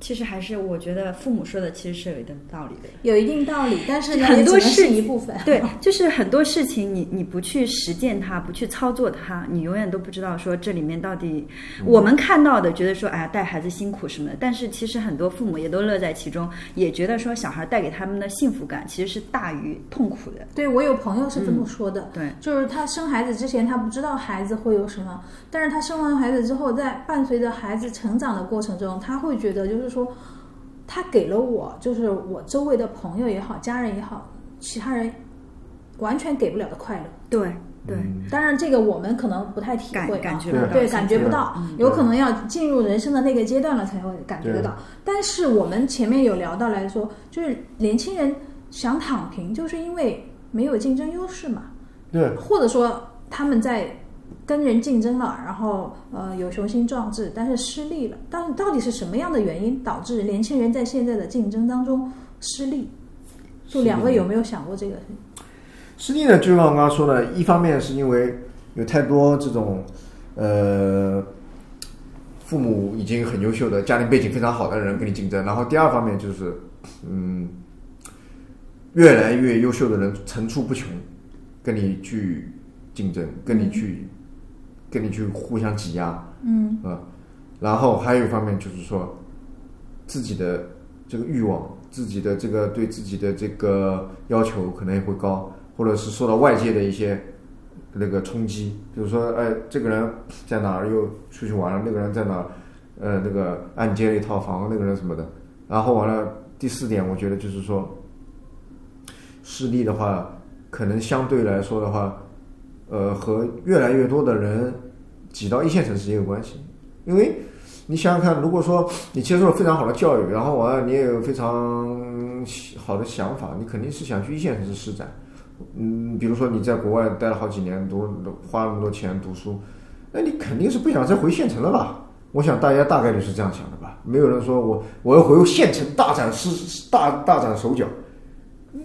Speaker 3: 其实还是我觉得父母说的其实是有一定道理的。
Speaker 2: 有一定道理，但是呢
Speaker 3: 很多
Speaker 2: 也只能是
Speaker 3: 事
Speaker 2: 一部分。
Speaker 3: 对，就是很多事情你你不去实践它，不去操作它，你永远都不知道说这里面到底我们看到的，觉得说哎呀带孩子辛苦什么的，但是其实很多父母也都乐在其中，也觉得说小孩带给他们的幸福感其实是大于痛苦的。
Speaker 2: 对我有朋友是这么说的，
Speaker 3: 对，
Speaker 2: 就是他生孩子之前他不知道孩子会有什么，但是他生完孩子之后，在伴随着孩子成长的过程中，他会觉得就是说，他给了我，就是我周围的朋友也好，家人也好，其他人完全给不了的快乐。
Speaker 3: 对对，
Speaker 1: 嗯
Speaker 2: 当然，这个我们可能不太体
Speaker 3: 感
Speaker 2: 会啊，
Speaker 3: 感觉
Speaker 1: 对
Speaker 3: 不到嗯
Speaker 2: 对，
Speaker 3: 幸
Speaker 2: 感
Speaker 3: 福
Speaker 2: 觉不
Speaker 1: 对
Speaker 2: 到，有可能要进入人生的那个阶段了才会感觉得到。但是我们前面有聊到来说，就是年轻人想躺平，就是因为没有竞争优势嘛，
Speaker 1: 对，
Speaker 2: 或者说他们在跟人竞争了，然后呃有雄心壮志，但是失利了。但到底是什么样的原因导致年轻人在现在的竞争当中失利？就两位有没有想过这个？
Speaker 1: 失利呢，就像刚刚说的，一方面是因为有太多这种，呃，父母已经很优秀的、家庭背景非常好的人跟你竞争，然后第二方面就是，嗯，越来越优秀的人层出不穷，跟你去竞争，跟你去，跟你去互相挤压，嗯，啊，然后还有一方面就是说，自己的这个欲望，自己的这个对自己的这个要求可能也会高，或者是受到外界的一些那个冲击，比如说，哎，这个人在哪儿又出去玩了，那个人在哪儿，呃，那个按揭了一套房，那个人什么的。然后完了，第四点，我觉得就是说，势力的话，可能相对来说的话，呃，和越来越多的人挤到一线城市也有关系，因为。你想想看，如果说你接受了非常好的教育，然后完了你也有非常好的想法，你肯定是想去一线城市施展。嗯，比如说你在国外待了好几年，读花了那么多钱读书，那你肯定是不想再回县城了吧？我想大家大概率是这样想的吧。没有人说我我要回县城大展施大大展手脚，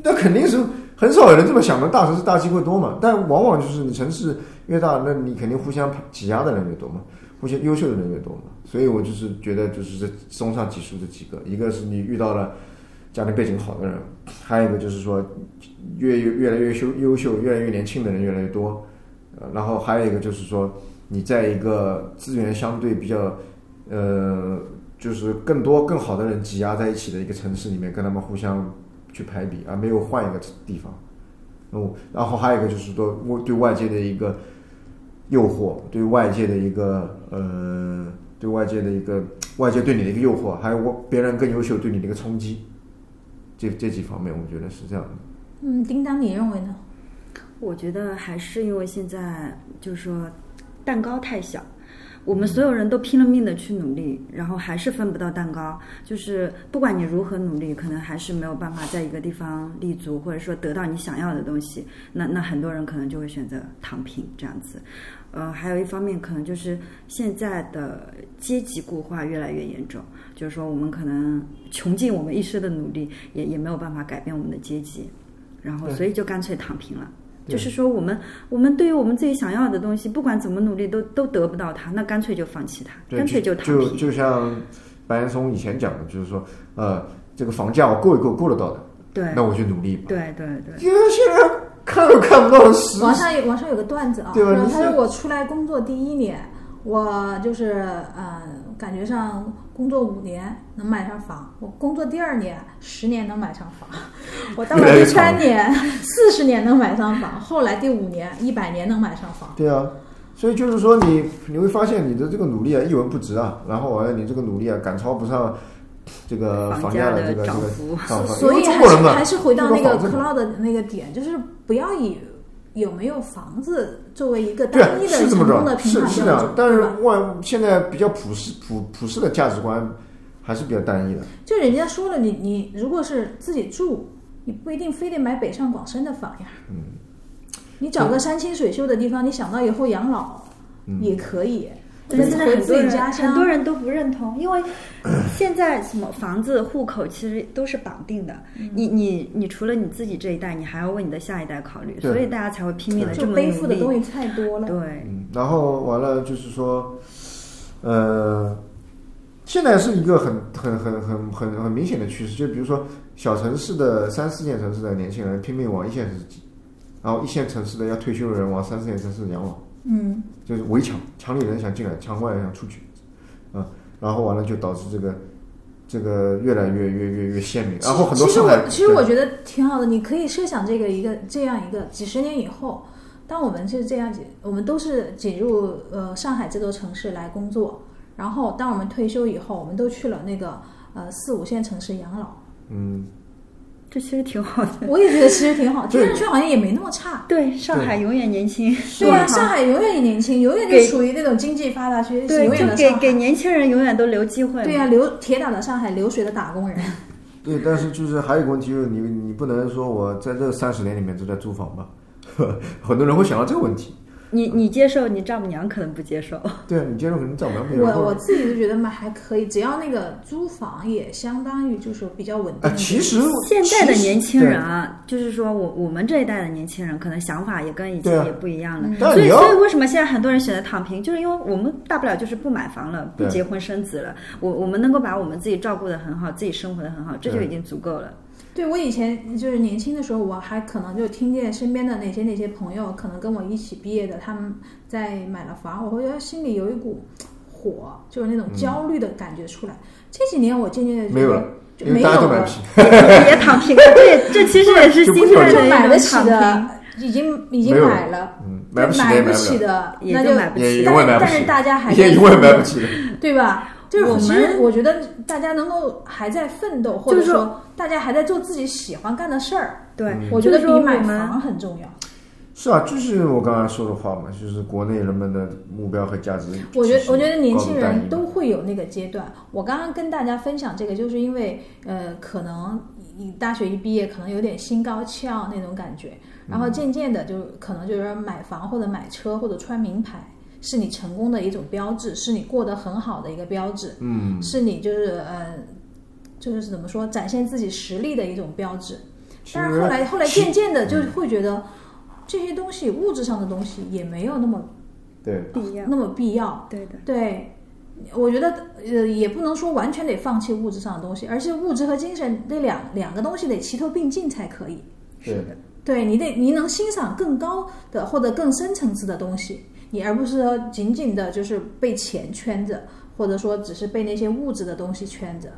Speaker 1: 那肯定是很少有人这么想的。大城市大机会多嘛，但往往就是你城市越大，那你肯定互相挤压的人越多嘛。互相优秀的人越多嘛，所以我就是觉得就是这综上几述这几个，一个是你遇到了家庭背景好的人，还有一个就是说越越来越优优秀、越来越年轻的人越来越多，呃，然后还有一个就是说你在一个资源相对比较呃就是更多更好的人挤压在一起的一个城市里面，跟他们互相去排比，而没有换一个地方。嗯，然后还有一个就是说我对外界的一个诱惑，对外界的一个呃，对外界的一个外界对你的一个诱惑，还有我别人更优秀对你的一个冲击，这这几方面，我觉得是这样的。
Speaker 2: 嗯，叮当，你认为呢？
Speaker 3: 我觉得还是因为现在就是说蛋糕太小，我们所有人都拼了命的去努力，然后还是分不到蛋糕。就是不管你如何努力，可能还是没有办法在一个地方立足，或者说得到你想要的东西。那那很多人可能就会选择躺平这样子。呃，还有一方面可能就是现在的阶级固化越来越严重，就是说我们可能穷尽我们一生的努力，也也没有办法改变我们的阶级，然后
Speaker 1: 对
Speaker 3: 所以就干脆躺平了。
Speaker 1: 对
Speaker 3: 就是说，我们我们对于我们自己想要的东西，不管怎么努力都都得不到它，那干脆就放弃它，
Speaker 1: 对，
Speaker 3: 干脆
Speaker 1: 就
Speaker 3: 躺平。
Speaker 1: 就就像白岩松以前讲的，就是说，呃，这个房价我够一够，够得到的，
Speaker 3: 对
Speaker 1: 那我就努力吧。
Speaker 3: 对对对，
Speaker 1: 因为现在看都看不到实
Speaker 2: 网上有网上有个段子啊，
Speaker 1: 对吧
Speaker 2: 说
Speaker 1: 你
Speaker 2: 他
Speaker 1: 是
Speaker 2: 说我出来工作第一年，我就是呃，感觉上工作五年能买上房，我工作第二年十年能买上房， 我到
Speaker 1: 越来
Speaker 2: 了
Speaker 1: 越
Speaker 2: 第
Speaker 1: 长
Speaker 2: 三年四十年能买上房，后来第五年一百年能买上房。
Speaker 1: 对啊，所以就是说你你会发现你的这个努力啊一文不值啊，然后完了你这个努力啊赶超不上这个
Speaker 3: 房
Speaker 1: 房
Speaker 3: 价
Speaker 1: 价
Speaker 3: 的
Speaker 1: 这个这
Speaker 3: 涨
Speaker 1: 个
Speaker 3: 幅
Speaker 1: 涨幅，
Speaker 2: 所
Speaker 1: 因为
Speaker 2: 以
Speaker 1: 中
Speaker 2: 还
Speaker 1: 国
Speaker 2: 是
Speaker 1: 人嘛，
Speaker 2: 还是回到那
Speaker 1: 这
Speaker 2: 个
Speaker 1: 房子嘛
Speaker 2: cloud 的那个点，就是不要以有没有房子作为一个
Speaker 1: 对啊
Speaker 2: 单一的
Speaker 1: 是这
Speaker 2: 成
Speaker 1: 么
Speaker 2: 功的
Speaker 1: 着，
Speaker 2: 评
Speaker 1: 是
Speaker 2: 判
Speaker 1: 是
Speaker 2: 标
Speaker 1: 这
Speaker 2: 准
Speaker 1: 样，，但是
Speaker 2: 对吧
Speaker 1: 万现在比较普世普普世的价值观还是比较单一的，
Speaker 2: 就人家说了，你你如果是自己住，你不一定非得买北上广深的房呀。嗯，你找个山清水秀的地方，你想到以后养老
Speaker 1: 嗯
Speaker 2: 也可以，或者
Speaker 3: 但是现在
Speaker 2: 回
Speaker 3: 很多
Speaker 2: 自己
Speaker 3: 人
Speaker 2: 家乡。
Speaker 3: 很多人都不认同，因 为现在什么房子、户口其实都是绑定的。
Speaker 2: 嗯
Speaker 3: 你你你除了你自己这一代，你还要为你的下一代考虑，
Speaker 1: 对
Speaker 3: 所以大家才会拼命的
Speaker 2: 就
Speaker 3: 这么
Speaker 2: 背负的
Speaker 3: 努
Speaker 2: 东
Speaker 3: 力。
Speaker 2: 西太多了。
Speaker 3: 对，
Speaker 1: 嗯，然后完了就是说，呃，现在是一个很很很很很很明显的趋势，就比如说小城市的三四线城市的年轻人拼命往一线城市挤，然后一线城市的要退休的人往三四线城市养老，
Speaker 2: 嗯，
Speaker 1: 就是围墙，墙里人想进来，墙外人想出去，啊，然后完了就导致这个这个越来越越越越鲜明，然后很多
Speaker 2: 其实
Speaker 1: 上海
Speaker 2: 我其实我
Speaker 1: 对
Speaker 2: 觉得挺好的，你可以设想这个一个这样一个几十年以后，当我们是这样，我们都是挤入呃上海这座城市来工作，然后当我们退休以后，我们都去了那个呃四五线城市养老。
Speaker 1: 嗯，
Speaker 3: 这其实挺好的。
Speaker 2: 我也觉得其实挺好，听
Speaker 1: 对
Speaker 2: 上去好像也没那么差。
Speaker 3: 对，上海永远年轻。
Speaker 2: 对啊，
Speaker 3: 哈
Speaker 2: 上海永远也年轻，永远就
Speaker 3: 给
Speaker 2: 属于那种经济发达区，
Speaker 3: 对，
Speaker 2: 永远
Speaker 3: 就
Speaker 2: 的
Speaker 3: 给
Speaker 2: 上
Speaker 3: 给
Speaker 2: 海。
Speaker 3: 年轻人永远都留机会嘛。
Speaker 2: 对呀、啊流铁打的上海，流水的打工人。
Speaker 1: 对，但是就是还有一个问题，就是你你不能说我在这三十年里面都在租房吧， 很多人会想到这个问题，
Speaker 3: 你你接受，你丈母娘可能不接受。
Speaker 1: 对啊，你接受可能找不了别人，
Speaker 2: 我
Speaker 1: 或
Speaker 2: 我
Speaker 1: 者
Speaker 2: 自己就觉得嘛还可以，只要那个租房也相当于就是比较稳定
Speaker 1: 啊，
Speaker 2: 一点。
Speaker 1: 其实
Speaker 3: 现在的年轻人
Speaker 1: 对
Speaker 3: 啊，就是说我我们这一代的年轻人，可能想法也跟以前
Speaker 1: 对啊
Speaker 3: 也不一样了。
Speaker 1: 但
Speaker 3: 所
Speaker 1: 你
Speaker 3: 以
Speaker 1: 要
Speaker 3: 所以为什么现在很多人选择躺平，就是因为我们大不了就是不买房了，不
Speaker 1: 对
Speaker 3: 结婚生子了，我我们能够把我们自己照顾得很好，自己生活得很好，这就已经足够了。
Speaker 2: 对我以前就是年轻的时候，我还可能就听见身边的哪些哪些朋友，可能跟我一起毕业的，他们在买了房，我会觉得心里有一股火，就是那种焦虑的感觉出来。这几年我渐渐的
Speaker 1: 嗯没有了，
Speaker 2: 就
Speaker 1: 因
Speaker 2: 没
Speaker 1: 为
Speaker 2: 有啊
Speaker 1: 大家都买
Speaker 2: 了
Speaker 1: 不，起，
Speaker 3: 也躺平了，这也这其实也是
Speaker 1: 就不
Speaker 3: 心态
Speaker 1: 是
Speaker 3: 的
Speaker 2: 就
Speaker 3: 一
Speaker 2: 买得
Speaker 3: 种
Speaker 2: 起
Speaker 3: 躺
Speaker 1: 嗯
Speaker 3: 平。
Speaker 2: 的已经已经
Speaker 1: 没有
Speaker 2: 买了，
Speaker 1: 嗯，
Speaker 2: 对
Speaker 1: 买不起的也买不了，
Speaker 2: 起的
Speaker 3: 也
Speaker 2: 那
Speaker 3: 就
Speaker 2: 就
Speaker 3: 买不起
Speaker 1: 也
Speaker 2: 但
Speaker 1: 永远买不
Speaker 2: 但
Speaker 1: 起，
Speaker 2: 是大家还在
Speaker 1: 也永远
Speaker 2: 奋
Speaker 1: 买不
Speaker 2: 斗
Speaker 1: 起的，
Speaker 2: 对吧？就是
Speaker 3: 我
Speaker 2: 其
Speaker 3: 们
Speaker 2: 实我觉得大家能够还在奋斗，或
Speaker 3: 就
Speaker 2: 者
Speaker 3: 是说
Speaker 2: 说大家还在做自己喜欢干的事儿，
Speaker 3: 对，
Speaker 2: 我觉得
Speaker 3: 就是
Speaker 2: 比
Speaker 3: 说
Speaker 2: 买
Speaker 3: 我们
Speaker 2: 房很重要。
Speaker 1: 是啊，就是我刚才说的话嘛，就是国内人们的目标和价值，
Speaker 2: 我觉
Speaker 1: 其实
Speaker 2: 得，我觉得年
Speaker 1: 高
Speaker 2: 轻
Speaker 1: 度单一
Speaker 2: 人
Speaker 1: 嘛
Speaker 2: 都会有那个阶段。我刚刚跟大家分享这个，就是因为呃，可能你大学一毕业，可能有点心高气傲那种感觉，然后渐渐的就可能就是买房或者买车或者穿名牌，是你成功的一种标志，是你过得很好的一个标志，
Speaker 1: 嗯，
Speaker 2: 是你就是呃，就是怎么说展现自己实力的一种标志。
Speaker 1: 其
Speaker 2: 但
Speaker 1: 实嗯
Speaker 2: 是后来后来
Speaker 1: 其
Speaker 2: 渐渐的就会觉得这些东西物质上的东西也没有那么
Speaker 1: 对
Speaker 3: 不一样，
Speaker 2: 那么必要。
Speaker 3: 对的。
Speaker 2: 对，我觉得呃也不能说完全得放弃物质上的东西，而是物质和精神这两两个东西得齐头并进才可以。
Speaker 1: 对
Speaker 3: 是的，
Speaker 2: 对你得你能欣赏更高的或者更深层次的东西，你而不是说仅仅的就是被钱圈着，或者说只是被那些物质的东西圈着，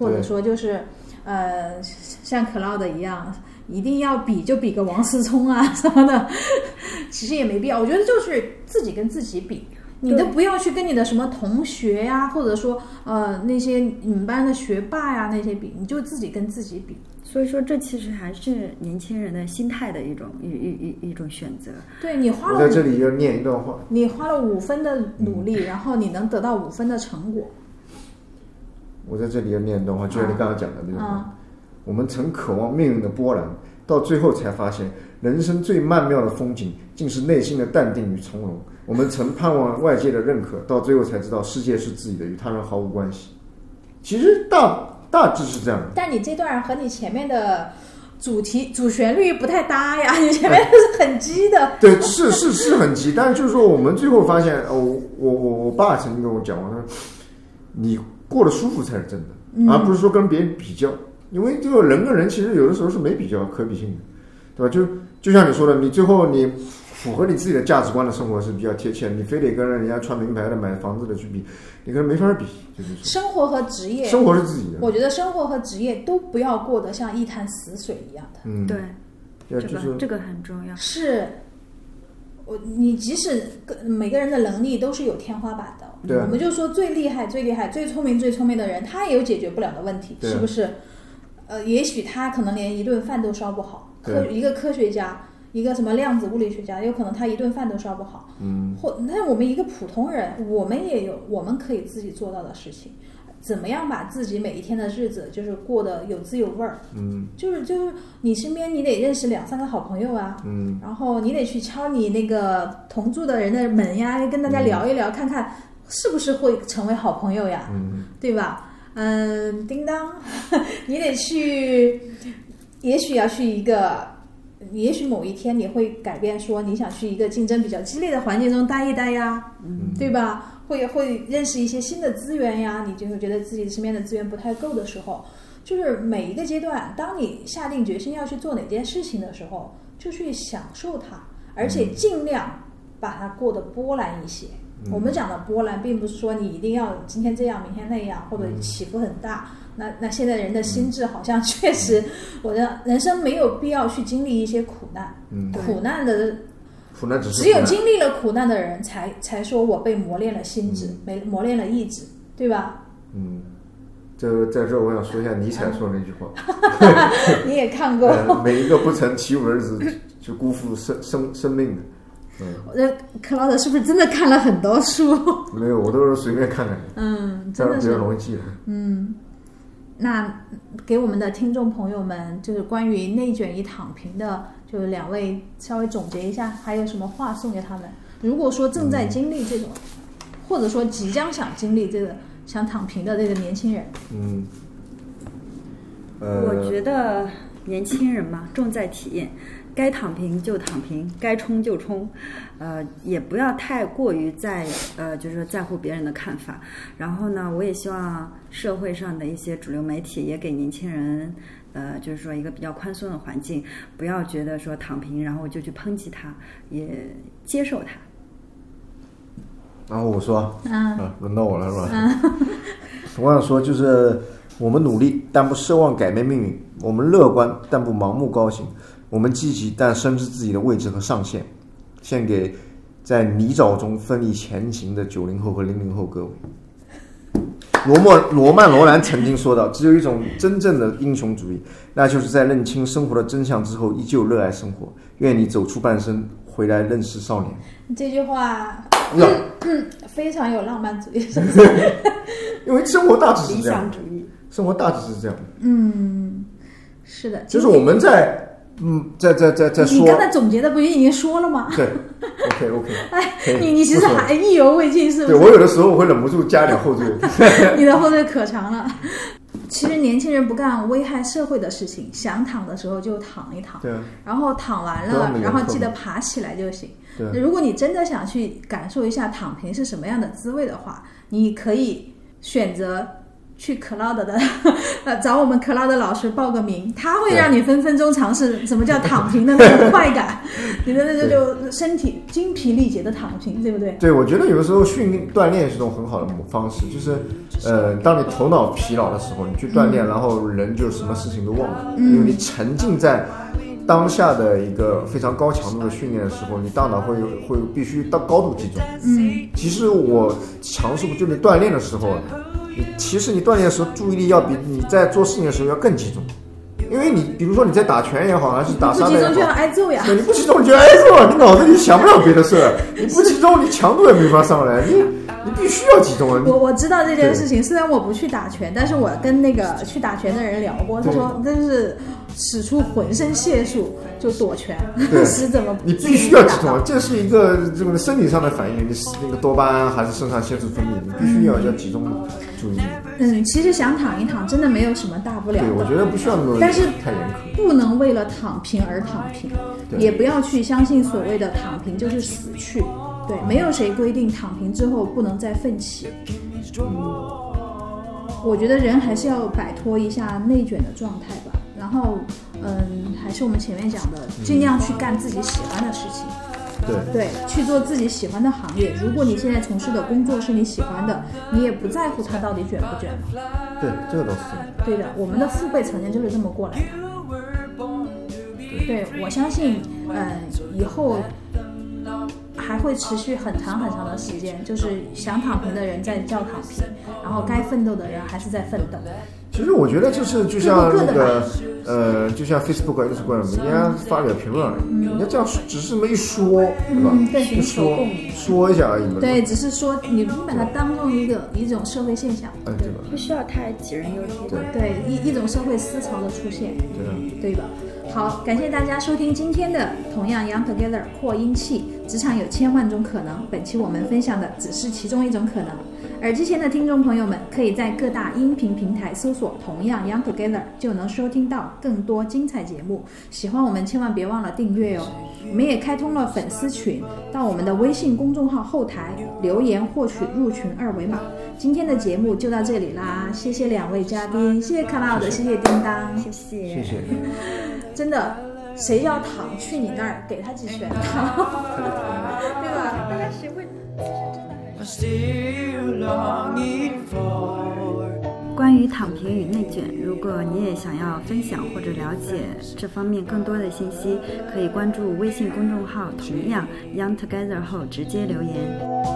Speaker 2: 或者
Speaker 1: 对
Speaker 2: 说就是呃像 Cloud 一样。一定要比就比个王思聪啊什么的， 其实也没必要。我觉得就是自己跟自己比，你
Speaker 3: 对
Speaker 2: 都不要去跟你的什么同学呀、或者说呃那些你们班的学霸呀、那些比，你就自己跟自己比。
Speaker 3: 所以说这其实还是年轻人的心态的一种一一一一种选择。
Speaker 2: 对你花
Speaker 1: 我
Speaker 2: 了
Speaker 1: 在
Speaker 2: 五
Speaker 1: 这里要念一段话，
Speaker 2: 你花了五分的努
Speaker 1: 嗯
Speaker 2: 力，然后你能得到五分的成果，
Speaker 1: 我在这里要念一段话，就像你刚刚讲的那种话。
Speaker 2: 啊
Speaker 1: 我们曾渴望命运的波澜，到最后才发现，人生最曼妙的风景，竟是内心的淡定与从容。我们曾盼望外界的认可，到最后才知道，世界是自己的，与他人毫无关系。其实大大致是这样的。
Speaker 2: 但你这段和你前面的主题主旋律不太搭呀， 你前面是很激的，
Speaker 1: 对，是是是很急，但是就是说，我们最后发现，哦，我我我我爸曾经跟我讲过，他说，你过得舒服才是真的，而不是说跟别人比较，因为这个人跟人其实有的时候是没比较可比性的，对吧？就就像你说的，你最后你符合你自己的价值观的生活是比较贴切的，你非得跟人家穿名牌的、买房子的去比，你跟人没法比，就是说，
Speaker 2: 生活和职业，
Speaker 1: 生活是自己的，
Speaker 2: 我觉得生活和职业都不要过得像一潭死水一样的。
Speaker 1: 嗯，
Speaker 3: 对，
Speaker 1: 对，
Speaker 3: 这
Speaker 1: 就
Speaker 3: 个、
Speaker 1: 是
Speaker 3: 这个很重要。
Speaker 2: 是，我你即使个每个人的能力都是有天花板的，
Speaker 1: 对啊
Speaker 2: 我们就说最厉害、最厉害、最聪明、最聪明的人，他也有解决不了的问题，
Speaker 1: 对啊
Speaker 2: 是不是？呃，也许他可能连一顿饭都烧不好，科
Speaker 1: 对
Speaker 2: 一个科学家。一个什么量子物理学家，有可能他一顿饭都烧不好，嗯，或那我们一个普通人，我们也有我们可以自己做到的事情，怎么样把自己每一天的日子就是过得有滋有味儿，
Speaker 1: 嗯
Speaker 2: 就是就是你身边你得认识两三个好朋友啊，
Speaker 1: 嗯，
Speaker 2: 然后你得去敲你那个同住的人的门呀，跟大家聊一聊，看看是不是会成为好朋友呀，
Speaker 1: 嗯
Speaker 2: 对吧？嗯，叮当， 你得去，也许要去一个，也许某一天你会改变，说你想去一个竞争比较激烈的环境中待一待呀，对吧？会会认识一些新的资源呀，你就会觉得自己身边的资源不太够的时候，就是每一个阶段，当你下定决心要去做哪件事情的时候，就去享受它，而且尽量把它过得波澜一些。我们讲的波澜，并不是说你一定要今天这样，明天那样，或者起伏很大。那那现在人的心智好像确实，我的人生没有必要去经历一些苦难，
Speaker 1: 嗯
Speaker 2: 苦难的
Speaker 1: 苦难只是
Speaker 2: 只有
Speaker 1: 苦难
Speaker 2: 经历了苦难的人才才说我被磨练了心智，没磨练了意志，对吧？
Speaker 1: 嗯，这在这我想说一下尼采说的那句 话：
Speaker 2: 你也看过，
Speaker 1: 呃每一个不曾起舞的日子，就辜负生生生命的。 嗯
Speaker 2: 那克劳德是不是真的看了很多书？
Speaker 1: 没有，我都是随便看看的，
Speaker 2: 嗯，
Speaker 1: 这
Speaker 2: 真
Speaker 1: 样
Speaker 2: 的
Speaker 1: 比较
Speaker 2: 是。
Speaker 1: 容易记得。
Speaker 2: 那给我们的听众朋友们，就是关于内卷与躺平的，就是两位稍微总结一下，还有什么话送给他们？如果说正在经历这
Speaker 1: 嗯
Speaker 2: 种，或者说即将想经历这个想躺平的这个年轻人，
Speaker 1: 嗯，
Speaker 3: 我
Speaker 1: 呃，
Speaker 3: 觉得年轻人嘛，重在体验，该躺平就躺平，该冲就冲，呃，也不要太过于在呃，就是说在乎别人的看法。然后呢，我也希望社会上的一些主流媒体也给年轻人。呃，就是说一个比较宽松的环境，不要觉得说躺平，然后就去抨击他，也接受他。
Speaker 1: 然后我说，
Speaker 2: 嗯
Speaker 1: 啊，轮到我了是吧？ 我想说，就是我们努力，但不奢望改变命运；我们乐观，但不盲目高兴；我们积极，但深知自己的位置和上限。献给在泥沼中奋力前行的九零后和零零后各位。罗默罗曼·罗兰曾经说到：“只有一种真正的英雄主义，那就是在认清生活的真相之后，依旧热爱生活。愿你走出半生，回来认识少年。
Speaker 2: 这句话
Speaker 1: 呀
Speaker 2: 非常有浪漫主义色彩。
Speaker 1: 因为生活大致
Speaker 3: 理
Speaker 1: 是这样
Speaker 3: 想，主义，
Speaker 1: 生活大致是这样。
Speaker 2: 是的，嗯是的，
Speaker 1: 就是我们在嗯，在在在在
Speaker 2: 你
Speaker 1: 说，
Speaker 2: 刚才总结的不就已经说了吗？ 哎
Speaker 1: 对，OK OK，可以
Speaker 2: 你你其
Speaker 1: 不
Speaker 2: 实
Speaker 1: 说了
Speaker 2: 还意犹未尽，是不
Speaker 1: 对
Speaker 2: 是？
Speaker 1: 我有的时候我会忍不住加点后 缀，
Speaker 2: 你的后腿可长了。其实年轻人不干危害社会的事情，想躺的时候就躺一躺，
Speaker 1: 对啊，
Speaker 2: 然后躺完
Speaker 1: 不要
Speaker 2: 了
Speaker 1: 那么，严
Speaker 2: 然后
Speaker 1: 重
Speaker 2: 记得爬起来就行。
Speaker 1: 对，
Speaker 2: 如果你真的想去感受一下躺平是什么样的滋味的话，你可以选择去 Cloud 的，呃，找我们 Cloud 老师报个名，他会
Speaker 1: 对
Speaker 2: 让你分分钟尝试什么叫躺平的那种快感，你的那就身体精疲力竭的躺平，对不对？
Speaker 1: 对我觉得有的时候训练锻炼是一种很好的方式，就是呃，当你头脑疲劳的时候，你去锻炼，然后人就什么事情都忘了，
Speaker 2: 嗯
Speaker 1: 因为你沉浸在。当下的一个非常高强度的训练的时候，你大脑会会必须到高度集中，
Speaker 2: 嗯，
Speaker 1: 其实我尝试过，就是锻炼的时候，你其实你锻炼的时候注意力要比你在做事情的时候要更集中，因为你比如说你在打拳也好，还是打
Speaker 2: 不
Speaker 1: 沙
Speaker 2: 集
Speaker 1: 袋
Speaker 2: 中就
Speaker 1: 也
Speaker 2: 要
Speaker 1: 好，
Speaker 2: 挨揍呀。
Speaker 1: 对，你不集中你就挨揍了，你脑子里想不了别的事儿，你不集中你强度也没法上来，你你必须要集中啊，你
Speaker 2: 我我知道这件事情，虽然我不去打拳，但是我跟那个去打拳的人聊过，他
Speaker 1: 对
Speaker 2: 说真是使出浑身解数就躲拳，
Speaker 1: 对
Speaker 2: 使怎么
Speaker 1: 你必须要集中啊，这是一个这个生理上的反应，你是那个多巴胺还是肾上腺素分泌，你必须要要集中注意力。
Speaker 2: 嗯，其实想躺一躺，真的没有什么大不了
Speaker 1: 对，我
Speaker 2: 的。
Speaker 1: 觉得不需要那么
Speaker 2: 但是
Speaker 1: 太严苛。
Speaker 2: 不能为了躺平而躺平，
Speaker 1: 对
Speaker 2: 也不要去相信所谓的躺平就是死去。对，没有谁规定躺平之后不能再奋起。嗯我觉得人还是要摆脱一下内卷的状态吧。然后，嗯，还是我们前面讲的，
Speaker 1: 嗯
Speaker 2: 尽量去干自己喜欢的事情。
Speaker 1: 对。
Speaker 2: 对，去做自己喜欢的行业。如果你现在从事的工作是你喜欢的，你也不在乎它到底卷不卷嘛。
Speaker 1: 对，这个倒是。
Speaker 2: 对的，我们的父辈曾经就是这么过来的。对，我相信，嗯，以后还会持续很长很长的时间，就是想躺平的人在叫躺平，然后该奋斗的人还是在奋斗。
Speaker 1: 其实我觉得就是就像
Speaker 2: 各
Speaker 1: 那
Speaker 2: 有各的
Speaker 1: 个呃，就像 Facebook 啊 Instagram，人家发表评论而已，人家这样只是没说，对吧？
Speaker 2: 嗯嗯对
Speaker 1: 就说说一下而已嘛，
Speaker 2: 对，只是说你不把它当做一个一种社会现象，
Speaker 1: 嗯，对吧？
Speaker 3: 不需要太杞人忧天。
Speaker 2: 对一一种社会思潮的出现。
Speaker 1: 对啊。
Speaker 2: 对吧？好，感谢大家收听今天的同样 Young Together 扩音器，职场有千万种可能。本期我们分享的只是其中一种可能。耳机前的听众朋友们，可以在各大音频平台搜索“同样 Young Together” 就能收听到更多精彩节目。喜欢我们千万别忘了订阅哦！我们也开通了粉丝群，到我们的微信公众号后台留言获取入群二维码。今天的节目就到这里啦，谢谢两位嘉宾，谢谢卡拉尔德，谢谢叮当，
Speaker 3: 谢谢，
Speaker 1: 谢谢。
Speaker 2: 真的，谁要躺去你那儿，给他几拳躺， 对吧？
Speaker 3: 大家谁会是真的还是？
Speaker 4: I'm still longing for
Speaker 3: 关于躺平与内卷，如果你也想要分享或者了解这方面更多的信息，可以关注微信公众号“同样 Young Together” 后直接留言。